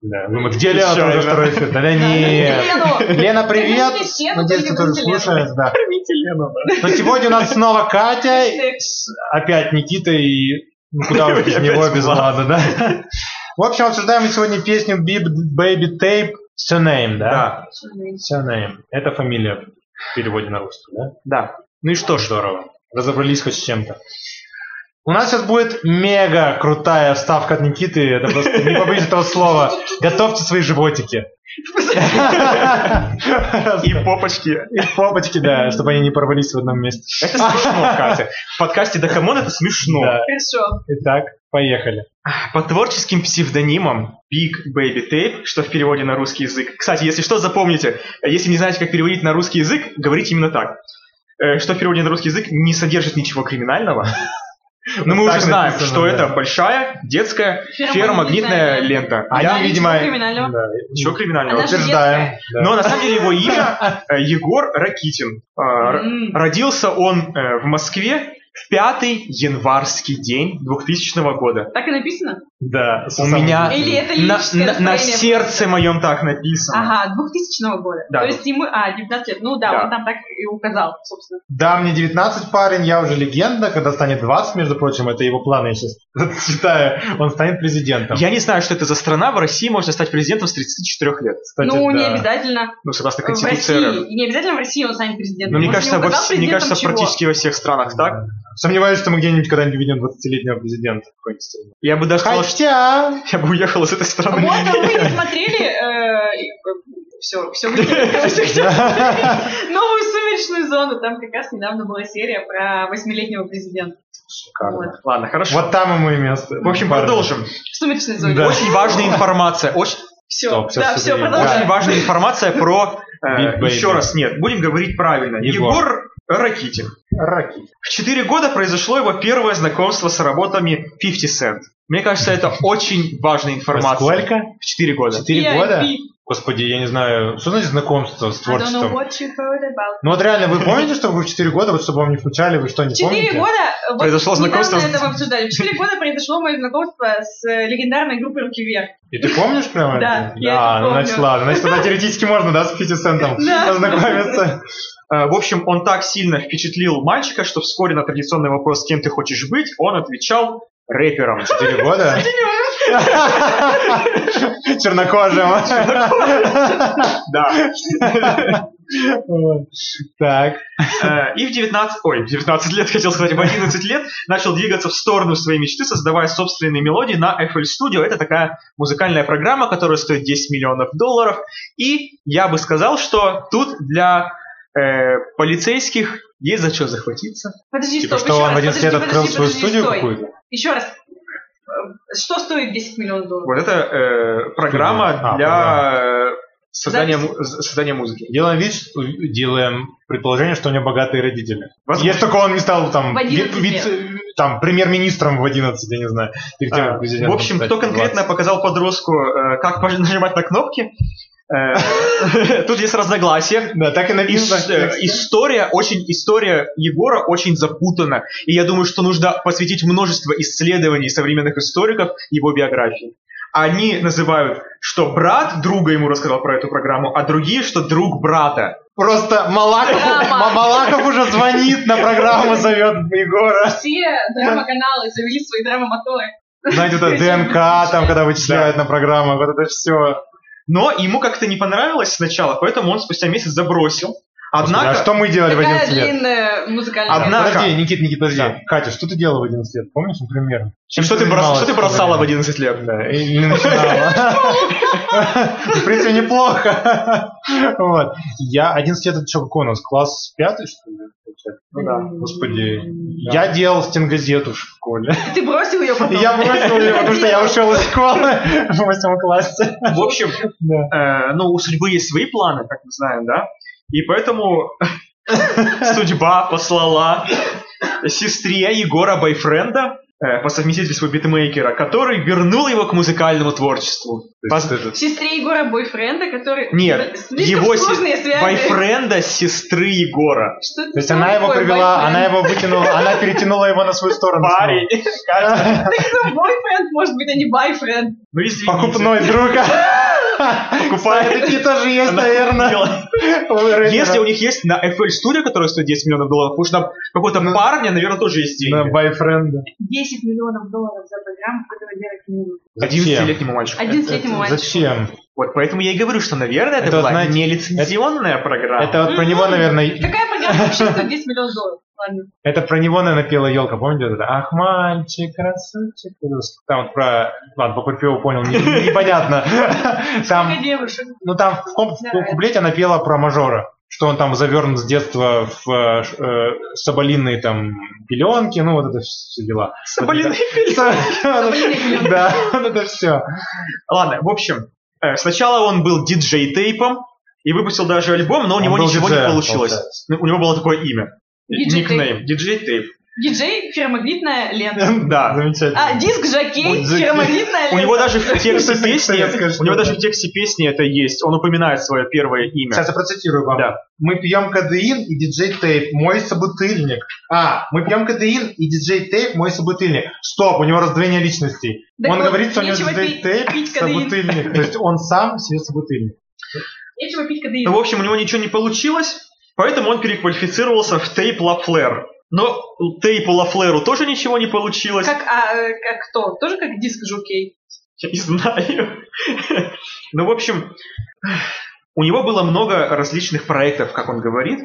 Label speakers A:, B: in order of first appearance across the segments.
A: Да. Ну мы к Делену тоже второй эфир. Да, да не.
B: ну,
A: Лена, привет.
B: Кормите Лену,
A: Надеюсь, ты
B: кормите
A: тоже
B: Лену.
A: слушаешь, да.
C: Кормите Лену, да.
A: Но сегодня у нас снова Катя, и с- опять Никита и ну, куда уж без
C: Опять
A: него, без
C: Влад.
A: Влада, да? В общем, обсуждаем мы сегодня песню Big Baby Tape Surname, да?
C: Да,
A: Surname. Это фамилия в переводе на русский, да?
C: да.
A: Ну и что ж, здорово. Разобрались хоть с чем-то. У нас сейчас будет мега крутая вставка от Никиты. Это просто не побоюсь этого слова. Готовьте свои животики.
C: И
A: И
C: попочки.
A: попочки, да, чтобы они не порвались в одном месте.
C: Это смешно, Катя. В подкасте «Дакамон» это смешно.
A: Да.
B: Хорошо.
A: Итак, поехали.
C: Под творческим псевдонимом Big Baby Tape, что в переводе на русский язык. Кстати, если что, запомните, если не знаете, как переводить на русский язык, говорите именно так. Э, Что в переводе на русский язык не содержит ничего криминального. Но Ну, мы
A: Вот
C: уже
A: так
C: знаем,
A: написано,
C: что
A: да.
C: это большая детская ферромагнитная
B: Ферромагнитная
C: лента.
A: Они,
C: А Я,
B: ничего
A: видимо,
B: криминального.
A: да,
C: Ничего криминального.
B: Она же
A: утверждаем. да.
C: Но на самом деле его имя э, Егор Ракитин. Э, р-
B: М.
C: Родился он э, в Москве в 5 январский день 2000 года.
B: Так и написано?
A: Да,
C: У меня
B: Или это
C: на, на-
B: лирическое
C: на
B: настроение
C: сердце моем так написано.
B: Ага, 2000 года.
C: Да.
B: То есть ему... А, 19 лет. Ну да,
C: Да.
B: он там так и указал, собственно.
A: Да, мне 19 парень, я уже легенда. Когда станет 20, между прочим, это его планы, я сейчас читаю, он станет президентом.
C: Я не знаю, что это за страна. В России можно стать президентом с 34 лет.
A: Кстати,
B: ну, не
A: да.
B: обязательно
C: Ну, согласно
B: в
C: Конституции РФ.
B: России. Не обязательно в России он станет президентом.
C: Но Ну, мне
B: Он же не
C: кажется, во
B: указал
C: вс- мне
B: президентом
C: кажется
B: чего.
C: практически во всех странах так.
A: Да. Сомневаюсь, что мы где-нибудь когда-нибудь увидим 20-летнего президента в какой-нибудь стране.
C: Я бы даже сказал, что
A: Хотя...
C: я бы уехал из этой
B: Вот,
C: страны.
B: а вы не э, смотрели... Все, все Новую сумеречную зону. Там как раз недавно была серия про восьмилетнего президента.
A: Шикарно.
C: Ладно, хорошо.
A: Вот там ему и место.
C: В общем,
A: Парни.
C: продолжим.
B: В сумеречной зоне.
A: Да.
C: Очень важная информация. Очень,
B: Все.
A: Стоп, всё,
B: да,
A: всё,
B: все,
A: время.
C: очень
B: продолжаем.
C: важная информация про... э,
A: Big Baby.
C: еще раз, нет, будем говорить правильно.
A: Егор.
C: Егор Ракитин.
A: Раки.
C: В 4 года произошло его первое знакомство с работами 50 Cent. Мне кажется, это очень важная информация.
A: Во Сколько?
C: В 4 года.
A: Четыре
B: VIP.
A: года? Господи, я не знаю, что значит знакомство с
B: I don't know
A: творчеством?
B: what you heard about.
A: Ну вот реально, вы помните, что вы в 4 года, вот чтобы вам не включали, вы что, не
B: Четыре
A: помните?
B: года... э, вот
C: Произошло
B: недавно
C: знакомство с-
B: это мы обсуждали. Четыре года произошло мое знакомство с э, легендарной группой «Руки вверх».
A: И ты помнишь прямо
B: Да,
A: это?
B: я
A: Да,
B: это
A: ну
B: помню.
A: значит ладно, значит тогда теоретически можно, да, с 50 центом
B: Да.
A: ознакомиться.
C: Э, В общем, он так сильно впечатлил мальчика, что вскоре на традиционный вопрос, кем ты хочешь быть, он отвечал рэпером.
A: 4 года? Чернокожим.
C: Да.
A: Вот. Так.
C: Э, И в 19... Ой, в 19 лет, хотел сказать, в 11 лет начал двигаться в сторону своей мечты, создавая собственные мелодии на FL Studio. Это такая музыкальная программа, которая стоит 10 миллионов долларов. И я бы сказал, что тут для э, полицейских есть за что захватиться.
B: Подожди,
A: Типа,
B: стоп,
A: что
B: еще
A: он в
B: раз,
A: 11 лет
B: подожди,
A: открыл
B: подожди,
A: свою
B: подожди,
A: студию
B: стой.
A: какую-то?
B: Еще раз. Э, Что стоит 10 миллионов долларов?
C: Вот это э, программа
A: А,
C: для э, создания,
B: Запись.
C: му- з- создания музыки.
A: Делаем вид, что- делаем предположение, что у него богатые родители.
C: Возможно.
A: Если только он не стал там,
B: В 11
A: ви- вице- там премьер-министром в 11, я не знаю. перед тем, как
C: А, в
A: президентом
C: общем,
A: стать,
C: кто конкретно
A: 20.
C: показал подростку, э, как пож- нажимать на кнопки, э, тут есть разногласия.
A: Да, так и
C: Ис-
A: написано.
C: э, история очень история Егора очень запутана, и я думаю, что нужно посвятить множество исследований современных историков его биографии. Они называют, что брат друга ему рассказал про эту программу, а другие, что друг брата.
A: Просто Малаков,
B: Драма.
A: М- Малаков уже звонит на программу, зовет Егора.
B: Все драма-каналы завели свои драма-моторы.
A: Знаете, это ДНК, там, когда вычисляют на программу, вот это все.
C: Но ему как-то не понравилось сначала, поэтому он спустя месяц забросил.
A: а
C: Однако,
A: что мы делали в
B: Такая
A: 11 лет? А,
B: длинная музыкальная...
C: Одна- Однако-
A: Подожди, Никит, Никит, подожди.
C: Да.
A: Катя, что ты делала в 11 лет? Помнишь, например?
C: Чем что, ты брос- что ты бросала в 11 лет?
A: Да, и не начинала. В принципе, неплохо. Вот. Я 11 лет, это что, какой у нас? Класс пятый, что ли? получается?
C: Ну да,
A: Господи. Я делал стенгазету в школе.
B: И Ты бросил ее потом?
A: И я бросил ее, потому что я ушел из школы в восьмом классе.
C: В общем,
A: Да.
C: э, ну, у судьбы есть свои планы, как мы знаем, да? И поэтому судьба послала сестре Егора бойфренда э, по совместительству битмейкера, который вернул его к музыкальному творчеству.
A: То
C: Пос-
A: есть это же-
B: Сестры Егора бойфренда, который...
C: Нет,
B: Слишком
C: его се-
B: сложные связи.
C: Бойфренда сестры Егора.
B: Что
A: То есть она его привела, она его выкинула, она перетянула его на свою сторону. снова.
C: Парень, кажется.
B: Так что бойфренд может быть, а не бойфренд.
C: Ну, извините.
A: Покупной друг.
C: Покупает.
A: Такие тоже есть,
C: Она
A: наверное.
C: купила. Если у них есть на FL Studio, которая стоит 10 миллионов долларов, потому что там какого-то
A: Ну,
C: парня, наверное, тоже есть
A: На
C: деньги.
A: бойфренда.
B: 10 миллионов долларов за программу, которая Вера Книгу.
A: Зачем?
C: 11-летнему мальчику.
B: 11-летнему мальчику.
A: Зачем?
C: Вот поэтому я и говорю, что, наверное, это,
A: Это,
C: была
A: знаете,
C: нелицензионная программа.
A: Это вот про него, наверное,
B: Какая программа вообще стоит 10 миллионов долларов? Ладно.
A: это про него, наверное, пела елка, помните? вот это? Ах, мальчик, красавчик. Вот это, Там вот про... Ладно, по припеву понял, не- непонятно. Там
B: Сколько девушек?
A: Ну там в каком в куплете она пела про мажора, что он там завернут с детства в э, ш- э, соболиные там пеленки, ну вот это все дела.
C: Соболиные
B: Соболиные пеленки.
A: Да, вот это все.
C: Ладно, в общем, э, сначала он был диджей-тейпом и выпустил даже альбом, но у
A: Он
C: него
A: был
C: ничего не
A: диджеем,
C: получилось.
A: получается.
C: Ну, У него было такое имя.
B: Диджей-тейп.
C: Никнейм. Диджей-тейп.
B: Диджей, ферромагнитная лента.
C: Да.
B: А,
A: Замечательно.
B: диск,
A: Ой,
B: жокей,
A: жокей.
B: ферромагнитная
C: У
B: лента.
C: него даже в тексте
A: Это советская
C: песни, у
A: штука.
C: него даже в тексте песни это есть. Он упоминает свое первое имя.
A: Сейчас я процитирую вам.
C: Да.
A: Мы пьем кадеин и диджей тейп, мой собутыльник. А, мы пьем кадеин и диджей тейп, мой собутыльник. Стоп, у него раздвоение личностей.
B: Так
A: он
B: вот,
A: говорит, что у него
B: нечего
A: диджей
B: пи-
A: тейп,
B: пить кадеин.
A: собутыльник. То есть он сам себе собутыльник.
B: Нечего пить кадеин.
C: Ну, в общем, у него ничего не получилось, поэтому он переквалифицировался в тейп Лафлер. Но тейпу Лафлеру тоже ничего не получилось.
B: Как, а, э, как кто? Тоже как диск жокей?
C: Я не знаю. Ну, в общем, у него было много различных проектов, как он говорит,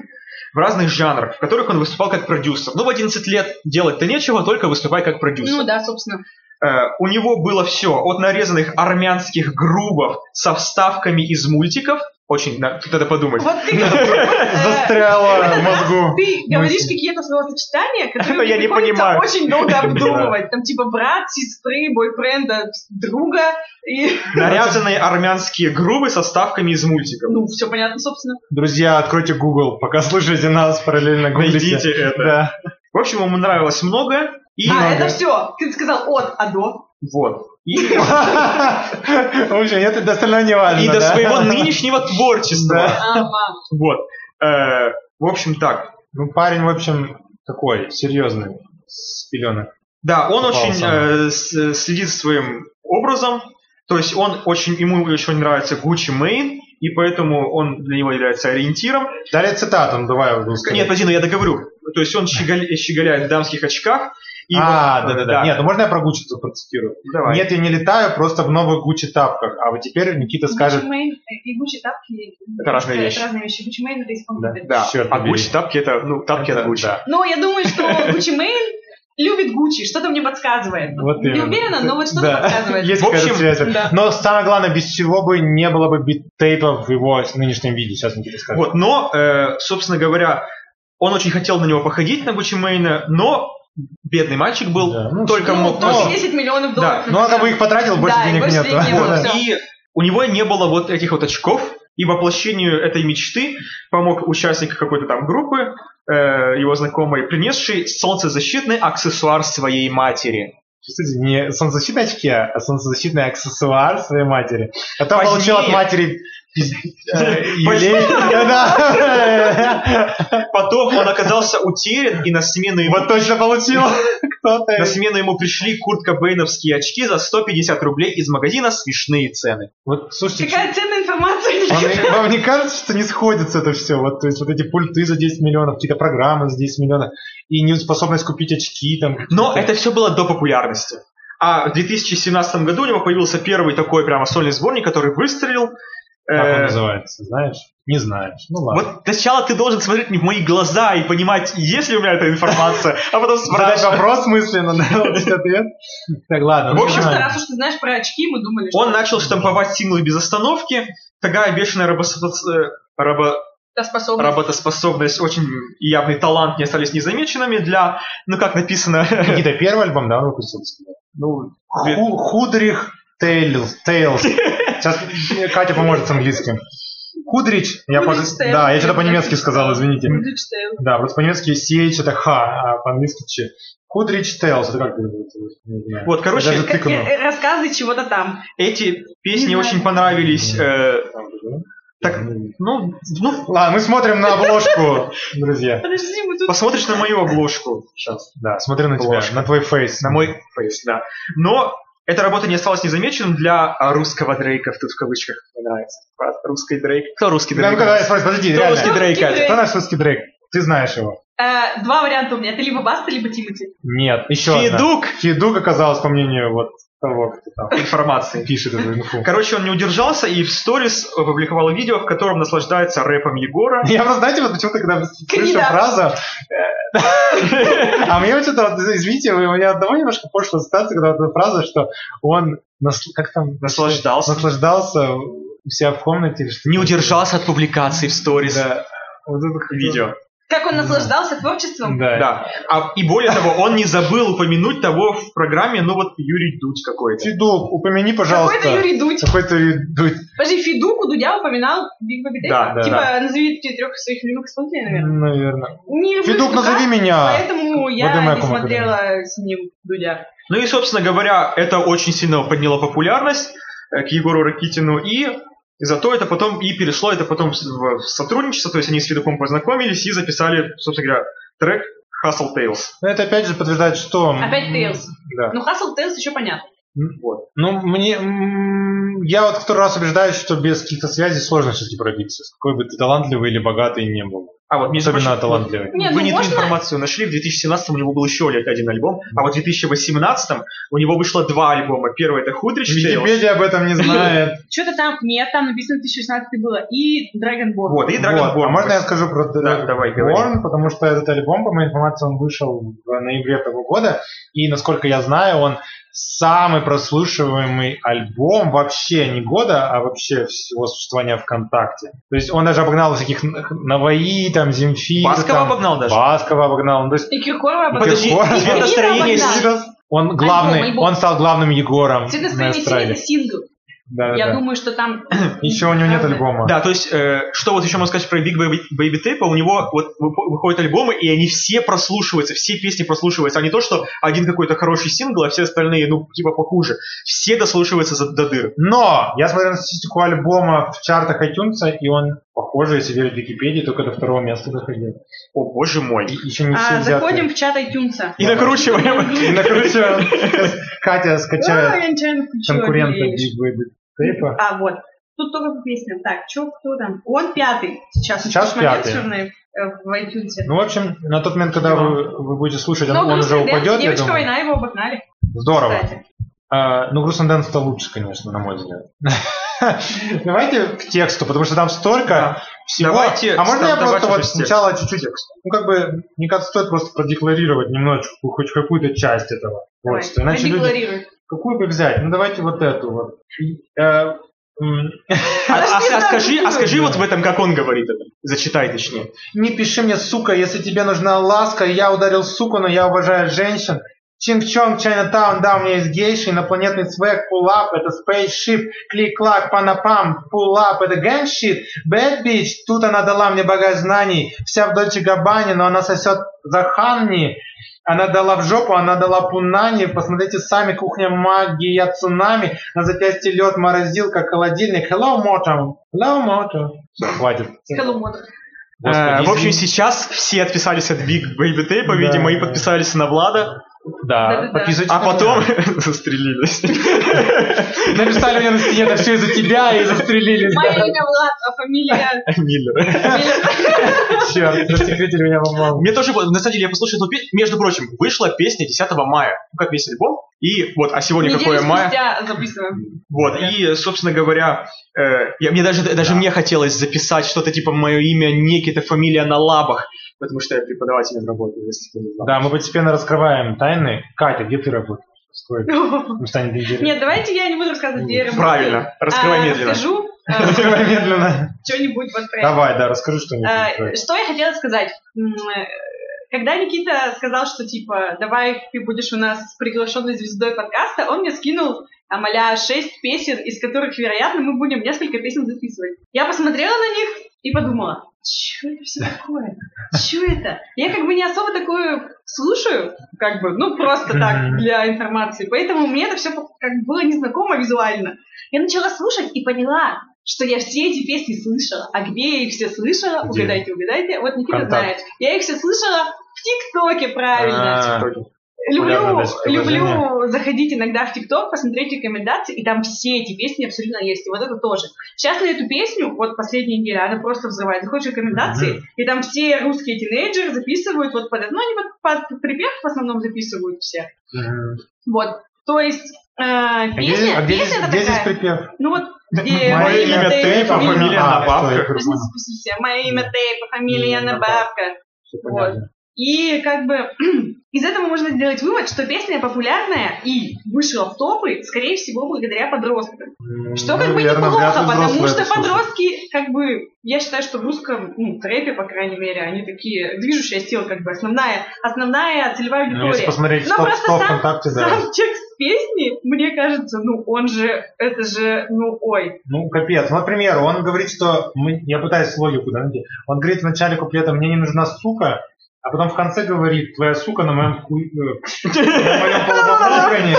C: в разных жанрах, в которых он выступал как продюсер. Ну, в 11 лет делать-то нечего, только выступай как
B: Ну
C: продюсер.
B: да, собственно.
C: Э, у него было все, от нарезанных армянских грубов со вставками из мультиков, очень на- тут надо подумать.
B: Вот ты э,
A: Застряло в мозгу.
B: Ты говоришь
A: мысли.
B: какие-то словосочетания,
C: Это
B: которые
C: Ну, я не
B: мне приходится
C: понимаю.
B: очень долго обдумывать. Там типа брат, сестры, бойфренда, друга. И,
C: Нарезанные армянские грубы со вставками из мультиков.
B: ну, все понятно, собственно.
A: Друзья, откройте Google, пока слушаете нас, параллельно гуглите.
C: Найдите это.
A: Да.
C: В общем, ему нравилось многое. И
B: а,
A: много.
B: это все. Ты сказал от, а до.
C: вот. И
A: В общем, это до остального не важно.
C: и до
A: да?
C: своего нынешнего творчества.
B: Ага.
C: Вот. Э, В общем, так.
A: Ну, парень, в общем, такой, серьезный, с пеленок.
C: Да, он
A: Попался.
C: очень э, с- следит за своим образом. То есть он очень, ему очень нравится Гуччи Мейн, и поэтому он для него является ориентиром.
A: Далее цитату, ну давай. Руслан.
C: Нет, подожди, ну я договорю. То есть он щеголя- щеголяет в дамских очках. И
A: а,
C: вот- э,
A: да-да-да. Нет, ну можно я про Гуччи тут процитирую?
C: давай.
A: Нет, я не летаю, просто в новых Гуччи тапках. А вот теперь Никита скажет...
B: Гуччи Мэйн э, и Гуччи тапки.
C: Это разные вещи.
B: Это разные вещи. Гуччи Мэйн это исполнитель.
C: Да,
A: Чёрт
C: а
A: побери.
C: Гуччи тапки это, ну, тапки это,
A: Да,
C: Гуччи.
A: да.
B: Но я думаю, что Гуччи Мэйн любит Гуччи. Что-то мне подсказывает.
A: Вот
B: не
A: именно.
B: уверена, но вот что-то
A: Да.
B: подсказывает.
A: Есть
C: В
A: какая-то
C: общем,
A: связь.
B: да.
A: Но самое главное, без чего бы не было бы биттейпа в его нынешнем виде. Сейчас Никита скажет.
C: Вот, но, э, собственно говоря, он очень хотел на него походить, на Гуччи Мэйна, но бедный мальчик был,
A: Да, ну,
C: только
B: Ну,
C: мог...
B: тоже
A: но-
B: 10 миллионов долларов.
A: Ну, он как бы их потратил, больше
B: Да, и
A: денег
B: больше
A: нет.
B: денег не было,
A: Да.
B: всё.
C: И у него не было вот этих вот очков, и воплощению этой мечты помог участник какой-то там группы, э, его знакомый, принесший солнцезащитный аксессуар своей матери.
A: Кстати, не солнцезащитные очки, а солнцезащитный аксессуар своей матери. Потом
C: Позднее.
A: получил от матери пиз- э,
C: Позднее.
A: елей. Да-да.
C: Потом он оказался утерян, и на смену ему,
A: Вот точно получил кто-то.
C: на смену ему пришли куртка Бейновские очки за 150 рублей из магазина «Смешные цены».
A: Вот, слушайте,
B: Какая ценная информация.
A: вам не- вам не кажется, что не сходится это все? Вот, то есть вот эти пульты за 10 миллионов, какие-то программы за 10 миллионов, и неспособность купить очки там.
C: Но это все было до популярности. А в 2017 году у него появился первый такой прямо сольный сборник, который выстрелил.
A: Как он
C: Э,
A: называется, знаешь? Не знаешь. Ну ладно.
C: Вот сначала ты должен смотреть мне в мои глаза и понимать, есть ли у меня эта информация, а потом
A: Задать
C: спрашивать.
A: вопрос мысленно, да, получить ответ. Так, ладно.
C: В общем,
B: Потому что
A: начинаем.
B: раз уж ты знаешь про очки, мы думали, что
C: Он начал штамповать синглы без остановки. Такая бешеная работоспос- э, рабо-
B: это способность.
C: работоспособность, очень явный талант не остались незамеченными для, ну как написано,
A: Никита, первый альбом, да, он выпустил?
C: ну, две-
A: Ху- Худрих Тейлз. Тейлз. Сейчас Катя поможет с английским. Худрич. Я
B: Худрич
A: позже-
B: Тейлз.
A: Да, я что-то по-немецки сказал, извините.
B: Гуччи Тейл.
A: Да, просто по-немецки CH это Х, а по-английски Ч. Кудрич Tales, это как называется? Не знаю.
C: Вот, короче,
A: Я даже
B: Как-
A: тыкнул.
B: э, Рассказы чего-то там.
C: Эти песни
B: Не знаю.
C: очень понравились. э,
A: Там же, да?
C: так,
A: Ну,
C: ну, ну,
A: Ладно, а, мы смотрим на обложку, друзья.
B: Подожди, мы тут...
C: посмотришь на мою обложку.
A: Сейчас. Да, смотрю на тебя,
C: Обложка.
A: на твой фейс.
C: На мой фейс, да. Но эта работа не осталась незамеченным для а, русского Дрейка, в тут в кавычках. Мне нравится. Про Русский Дрейк. ну, Кто русский
A: Да, ну, ну-ка, давай, спроси, подожди,
C: Кто русский
A: реально.
B: Дрейк?
C: Дрейк, Катя?
A: Кто наш русский Дрейк? Ты знаешь его.
B: Э, Два варианта у меня. Это либо Баста, либо Тимати.
A: Нет, еще одна.
C: Федук
A: Федук оказалось, по мнению вот того, кто там
C: информации.
A: пишет эту инфу.
C: Короче, он не удержался и в сторис опубликовал видео, в котором наслаждается рэпом Егора.
A: Я просто, знаете, вот почему-то, когда слышу
B: Книга.
A: фразу, э, а мне вот что-то, вот, извините, у меня одного немножко пошла ситуация, когда вот эта фраза, что он, нас- как там,
C: Наслаждался.
A: наслаждался у себя в комнате. или что-то.
C: Не удержался от публикации в сторис
A: Да. Вот это как-то-
C: видео.
B: Как он
A: Да.
B: наслаждался творчеством?
A: Да.
C: Да. А, и более того, он не забыл упомянуть того в программе, ну вот Юрий Дудь какой-то.
A: Федук, упомяни, пожалуйста.
B: Какой-то Юрий Дудь.
A: Какой-то Юрий Дудь.
B: Подожди, Федук у Дудя упоминал Биг Бэби Дэйв?
C: Да,
A: да,
B: Типа,
A: да.
B: назови трех своих любимых исполнителей, наверное.
A: Наверное.
B: Не люблю
A: Федук,
B: Федука,
A: назови меня.
B: Поэтому я
A: Вадима
B: не
A: Акумова,
B: смотрела с ним Дудя.
C: Ну и, собственно говоря, это очень сильно подняло популярность э, к Егору Ракитину и зато это потом и перешло это потом с- в сотрудничество, то есть они с Федуком познакомились и записали, собственно говоря, трек Hustle Tales.
A: Но это опять же подтверждает, что...
B: Опять Тейлз.
A: Да.
B: Ну, Хасл Тейлз еще понятно.
C: Вот.
A: Ну, мне... м, Я вот второй раз убеждаюсь, что без каких-то связей сложно все-таки пробиться. Какой бы ты талантливый или богатый не был.
C: А вот, между
A: Особенно
C: прочим, вот
A: талантливый.
B: Не,
C: Вы
B: ну
C: не
B: можно-
C: ту информацию нашли. В 2017 у него был еще один альбом, а вот в 2018 у него вышло два альбома. Первый это Худрич Tales.
A: Википедия об этом не знает.
B: Что-то там, нет, там написано 2016 было. И Dragon Ball.
C: Вот, и Dragon
A: Вот.
C: Ball.
A: А можно я скажу про
C: Да, давай, говори.
A: Dragonborn? Потому что этот альбом, по моей информации, он вышел в ноябре того года. И, насколько я знаю, он самый прослушиваемый альбом вообще не года, а вообще всего существования ВКонтакте. То есть он даже обогнал всяких Наваи, там, Земфи.
C: Баскова обогнал даже.
A: Баскова обогнал. Ну, то есть
B: И Киркорова
A: Ну,
B: обогнала.
C: Подожди,
A: Егора.
B: Егора
C: цветостроение
B: обогнала.
C: сильно-
A: Он главный,
B: альбом.
A: он стал главным Егором на
B: Цветостроение сильно
A: эстраде.
B: это сингл.
A: Да,
B: Я
A: да.
B: думаю, что там...
A: Еще у него нет
B: Правда?
A: альбома.
C: Да, то есть, э, что вот еще можно сказать про Big Baby, Baby Tape, у него вот вып- выходят альбомы, и они все прослушиваются, все песни прослушиваются, а не то, что один какой-то хороший сингл, а все остальные, ну, типа, похуже. Все дослушиваются за- до дыр.
A: Но я смотрел на статистику альбома в чартах iTunes, и он, похоже, если верить Википедии, только до второго места доходил.
C: О, боже
A: И
C: мой.
A: еще не все
B: а,
A: взяты.
B: заходим в чат iTunes.
C: И накручиваем.
A: И накручиваем. Катя
B: А,
A: скачает
B: я нечаянно включила.
A: конкурента
B: Билли Эйлиш.
A: Big Baby Тейпа.
B: А, вот. Тут только песня. Так, чё, кто там? Он пятый. Сейчас.
A: Сейчас
B: Смотри,
A: пятый.
B: журнал, э, в iTunes.
A: Ну, в общем, на тот момент, когда
C: Да.
A: вы, вы будете слушать, Ну, он,
B: Но
A: он уже
B: «Грустный дэнс»,
A: упадет, я
B: девочка
A: думаю.
B: война его обогнали.
A: Здорово.
B: Кстати.
A: А, ну, Грустный Дэнс это лучше, конечно, на мой взгляд. Давайте к тексту, потому что там столько
C: Да.
A: всего.
C: Давайте,
A: а можно я
C: Стас,
A: просто
C: давайте
A: вот
C: же с текстом.
A: сначала чуть-чуть... Ну, как бы, мне кажется, стоит просто продекларировать немножечко, хоть какую-то часть этого
B: Давай,
A: творчества. Иначе люди...
B: продекларируй.
A: Какую бы взять? Ну, давайте вот эту вот. Э, м,
C: А, а-
B: Подожди,
C: а
B: да,
C: скажи, а скажи
A: да.
C: вот в этом, как он говорит это. Зачитай, точнее.
A: Не пиши мне, сука, если тебе нужна ласка. Я ударил суку, но я уважаю женщин. Чинг-чонг, Чайнатаун, да, у меня есть гейши, инопланетный свек, пулап, это спейсшип, клик-клак, панапам, пулап, это гэнгщит, бэд бич, тут она дала мне багаж знаний, вся в Дольче Габане, но она сосет за Ханни, она дала в жопу, она дала пунани, посмотрите сами, кухня магия, цунами, на запястье лед, морозилка, холодильник, hello, Motown, hello, Motown. Всё, хватит.
B: Hello, Motor.
C: Э, в общем,
A: извини.
C: сейчас все отписались от Big Baby Tape,
A: Да.
C: видимо, и подписались на Влада,
A: Да,
B: Да-да-да.
A: подписывайтесь
C: а
A: на
C: потом
A: меня.
C: застрелились.
A: Написали мне на стене, это все из-за тебя, и застрелили.
B: Мое имя Влад, а фамилия...
C: Миллеры.
A: Черт, засекретили меня в обман.
C: Мне тоже, на самом деле, я послушал эту песню. Между прочим, вышла песня 10 мая, ну, как весь альбом. И вот, а сегодня
B: Неделю
C: какое мая.
B: спустя записываем.
C: Вот, и, собственно говоря, э, я, мне даже, даже мне хотелось записать что-то типа мое имя Никита, фамилия на лабах, потому что я преподавателем работаю, если ты не знал.
A: Да, мы постепенно раскрываем тайны. Катя, где ты работаешь? Сколько
B: Нет,
A: мы станем лидером?
B: давайте я не буду рассказывать, где я работаю.
C: Правильно, раскрывай
B: А,
C: медленно.
B: Расскажу
A: Раскрывай медленно.
B: что-нибудь вот про это.
A: Давай, да, расскажи что-нибудь.
B: Э, А,
A: Давай.
B: Что я хотела сказать? М, э, Когда Никита сказал, что типа, давай ты будешь у нас приглашенной звездой подкаста, он мне скинул а, амаля 6 песен, из которых, вероятно, мы будем несколько песен записывать. Я посмотрела на них и подумала, Чё это все такое? Чё это? Я как бы не особо такую слушаю, как бы, ну просто так,
A: Мгм.
B: для информации. Поэтому мне это все как было незнакомо визуально. Я начала слушать и поняла, что я все эти песни слышала. А где я их все слышала?
C: Где?
B: Угадайте, угадайте. Вот Никита
C: Контакт.
B: знает. Я их все слышала в ТикТоке,
C: А,
B: правильно. Люблю,
C: популярное, да,
B: люблю
C: приложение.
B: заходить иногда в ТикТок, посмотреть рекомендации, и там все эти песни абсолютно есть. И вот это тоже. Сейчас на эту песню, вот последняя неделя, она просто взрывает. Заходишь в рекомендации, и там все русские тинейджеры записывают вот под... Ну, они вот под припев в основном записывают все.
A: Мгм.
B: Вот. То есть... э,
A: А где,
B: песня,
A: а где
B: песня
A: здесь,
B: это
A: где здесь
B: такая.
A: припев?
B: Ну вот, где
C: Мое
B: мои
C: имя
B: имя
C: Тейп, а фамилия
B: Тейп, фамилия-
C: на
A: А,
C: бабках.
A: всё, я
B: Подожди,
A: понял.
B: спустите, мое имя Тейп, а фамилия
A: Мгм.
B: на бабка.
A: Всё
B: Вот.
A: понятно.
B: И как бы из этого можно сделать вывод, что песня популярная и вышла в топы, скорее всего, благодаря подросткам.
A: М,
B: Что как
A: ну,
B: бы
A: верно, вряд
B: неплохо,
A: ли
B: потому
A: взрослые
B: что
A: это слушают.
B: подростки, как бы, я считаю, что в русском ну, трэпе, по крайней мере, они такие движущая сила, как бы основная, основная целевая
A: Ну, если
B: аудитория.
A: посмотреть,
B: Ну,
A: что,
B: просто
A: что
B: сам-
A: ВКонтакте, да.
B: Сам текст песни, мне кажется, ну он же, это же, ну ой.
A: Ну, капец. Ну, Например, он говорит, что... мы- Я пытаюсь логику да, найти. Он говорит в начале куплета, мне не нужна сука, а потом в конце говорит, твоя сука на моем хуй... э, На моем половом органе,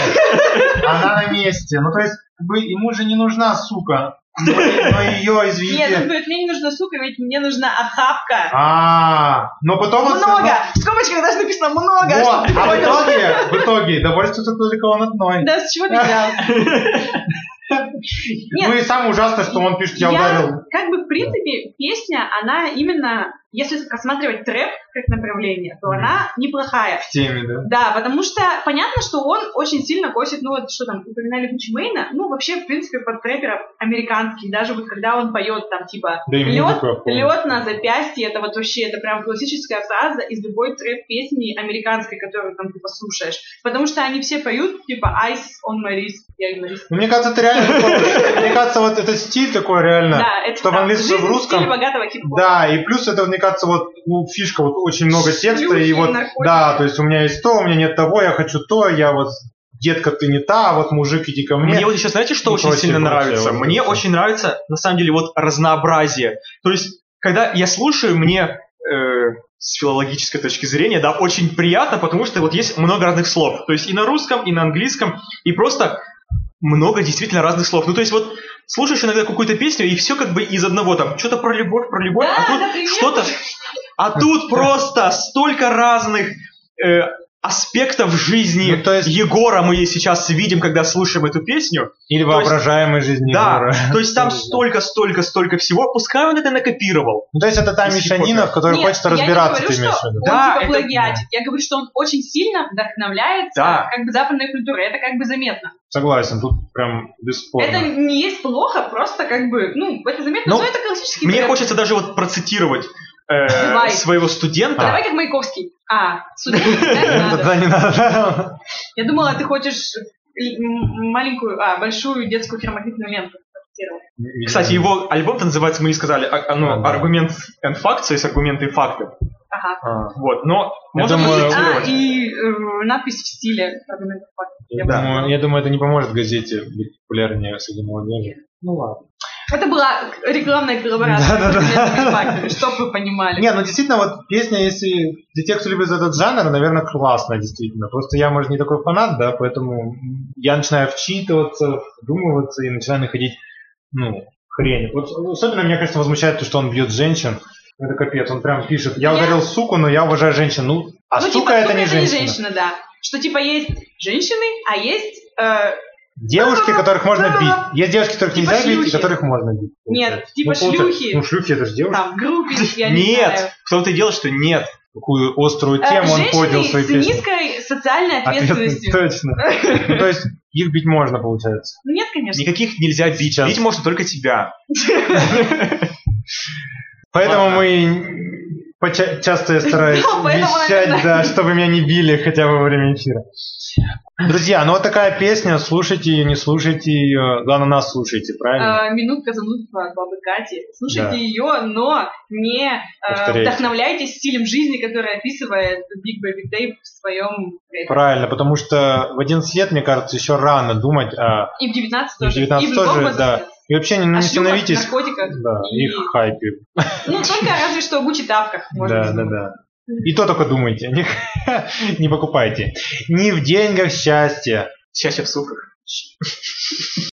A: она на месте. Ну, то есть, как бы, ему же не нужна сука. Но, но ее,
B: Нет, он
A: извините...
B: говорит, мне не нужна сука, ведь мне нужна охапка.
A: А, ну. но потом он...
B: Много! В скобочках даже написано много,
A: Вот,
B: чтоб ты
A: а в
B: понял.
A: итоге, в итоге, довольствуется только он одной.
B: Да, с чего ты взял?
A: Ну и самое ужасное, что он пишет, я ударил.
B: Как бы, в принципе, песня, она именно, если рассматривать трэп как направление, то
A: Мгм.
B: она неплохая.
A: В теме, да?
B: Да, потому что понятно, что он очень сильно косит, ну вот что там, упоминали Гуччи Мэйна, ну вообще, в принципе, под трэперов американских, даже вот когда он поет там типа
A: Да и мне
B: лед,
A: такое помню.
B: лед на запястье, это вот вообще, это прям классическая фраза из любой трэп-песни американской, которую там ты послушаешь, потому что они все поют типа «Ice on my wrist», я и на wrist.
A: Ну, Мне кажется, это реально... такой- Мне кажется, вот это стиль такой реально.
B: Да, это
A: Что в
B: там
A: английском,
B: «Жизнь
A: в русском,
B: в стиле богатого хип-хопа.
A: Да, и плюс это, мне кажется, вот ну, фишка, вот очень много текста,
B: Шлюхи,
A: и вот,
B: наркотики.
A: да, то есть у меня есть то, у меня нет того, я хочу то, я вот, детка, ты не та, а вот мужик, иди ко мне.
C: Мне вот еще, знаете, что
A: не
C: очень
A: прочее,
C: сильно
A: прочее,
C: нравится?
A: вот
C: Мне
A: это.
C: очень нравится, на самом деле, вот разнообразие. То есть, когда я слушаю, мне э, с филологической точки зрения, да, очень приятно, потому что вот есть много разных слов. То есть и на русском, и на английском, и просто много действительно разных слов. Ну, то есть вот слушаешь иногда какую-то песню, и все как бы из одного там, что-то про любовь, про любовь, а
B: Да,
C: тут
B: например.
C: что-то... А тут просто столько разных э, аспектов жизни
A: Ну, то есть-
C: Егора мы сейчас видим, когда слушаем эту песню.
A: Или
C: то есть-
A: воображаемой жизни.
C: да,
A: Нора.
C: то есть там
A: Да.
C: столько, столько, столько всего. Пускай он это накопировал.
A: Ну, то есть это та
C: Из
A: мешанина,
C: хип-хопа.
A: в которой
B: Нет,
A: хочется
B: я не
A: разбираться,
B: говорю,
A: ты имеешь в
B: что
A: виду.
B: Он
C: Да,
B: типа
C: это-
B: плагиатит. Я говорю, что он очень сильно вдохновляется
C: Да.
B: как бы западной культурой. Это как бы заметно.
A: Согласен, тут прям бесспорно.
B: Это не есть плохо, просто как бы, ну, это заметно,
C: Ну,
B: но это классический
C: Мне
B: трэп.
C: хочется даже вот процитировать э,
B: Давай.
C: своего студента.
B: Давай как Маяковский. А, судить не
A: Ну,
B: надо.
A: Тогда не надо.
B: Я думала, ты хочешь л- м- маленькую, а, большую детскую термогнитную ленту. процитировать.
C: Кстати, его альбом называется, мы не сказали, а- а, ну,
A: Да.
C: аргумент and facts, то есть аргументы и факты.
B: Ага.
A: А,
C: Вот, но
A: Я
C: можно
A: думаю,
B: А,
C: процитировать.
B: и э, надпись в стиле. аргументов факта.
A: Я
C: Да.
A: думаю, я думаю, это не поможет газете быть популярнее среди молодежи.
C: Ну ладно.
B: Это была рекламная коллаборация с
A: Да-да-да.
B: аргументами и фактами, чтобы вы понимали.
A: Не, ну действительно, вот песня, если для тех, кто любит этот жанр, наверное, классная, действительно. Просто я, может, не такой фанат, да, поэтому я начинаю вчитываться, вдумываться и начинаю находить, ну, хрень. Вот ну, особенно, меня, конечно, возмущает то, что он бьет женщин. Это капец, он прям пишет, я
B: Я-
A: ударил суку, но я уважаю женщин. Ну, а
B: ну,
A: сука,
B: типа,
A: это,
B: сука
A: не,
B: это
A: женщина.
B: не женщина, да. Что типа есть женщины, а есть... э,
A: Девушки, которых можно
B: Да-да-да.
A: бить. Есть девушки, которых
B: Типа
A: нельзя бить, и
B: шлюхи.
A: которых можно бить.
B: Нет,
A: получается.
B: типа
A: получается.
B: шлюхи.
A: Ну, шлюхи, это же девушки.
B: там, группе, я не знаю.
C: Нет, в том-то и дело, что нет.
A: Какую острую
B: Э,
A: тему он
B: женщины
A: поднял в своей
B: с
A: песне.
B: низкой социальной
A: Ответственность,
B: ответственностью.
A: Точно. Ну, то есть их бить можно, получается.
B: Ну, Нет, конечно.
C: Никаких нельзя бить.
A: Сейчас.
C: Бить можно только тебя.
A: Поэтому
C: Ладно.
A: мы поча- часто я стараюсь
B: Да, поэтому,
A: вещать,
B: наверное.
A: да, чтобы меня не били хотя бы во время эфира. Друзья, ну вот такая песня, слушайте ее, не слушайте ее, главное нас слушайте, правильно?
B: Э, Минутка занудства от бабы Кати. Слушайте
A: Да.
B: ее, но не э,
A: Повторяйте.
B: вдохновляйтесь стилем жизни, который описывает Биг Baby Day в своем рэпе.
A: Правильно, потому что в 11 лет, мне кажется, еще рано думать о...
B: И в 19
A: И в
B: тоже.
A: 19
B: и в любом
A: тоже,
B: возрасте.
A: да. И вообще не,
B: О
A: не
B: шлюхах,
A: становитесь...
B: наркотиках.
A: Да,
B: и-
A: их хайпе.
B: Ну, только разве что о Гуччи-тапках. можно
A: Да, да,
B: сказать.
A: да. И то только думайте, не, не покупайте. Не в деньгах счастье.
C: Счастье в суках.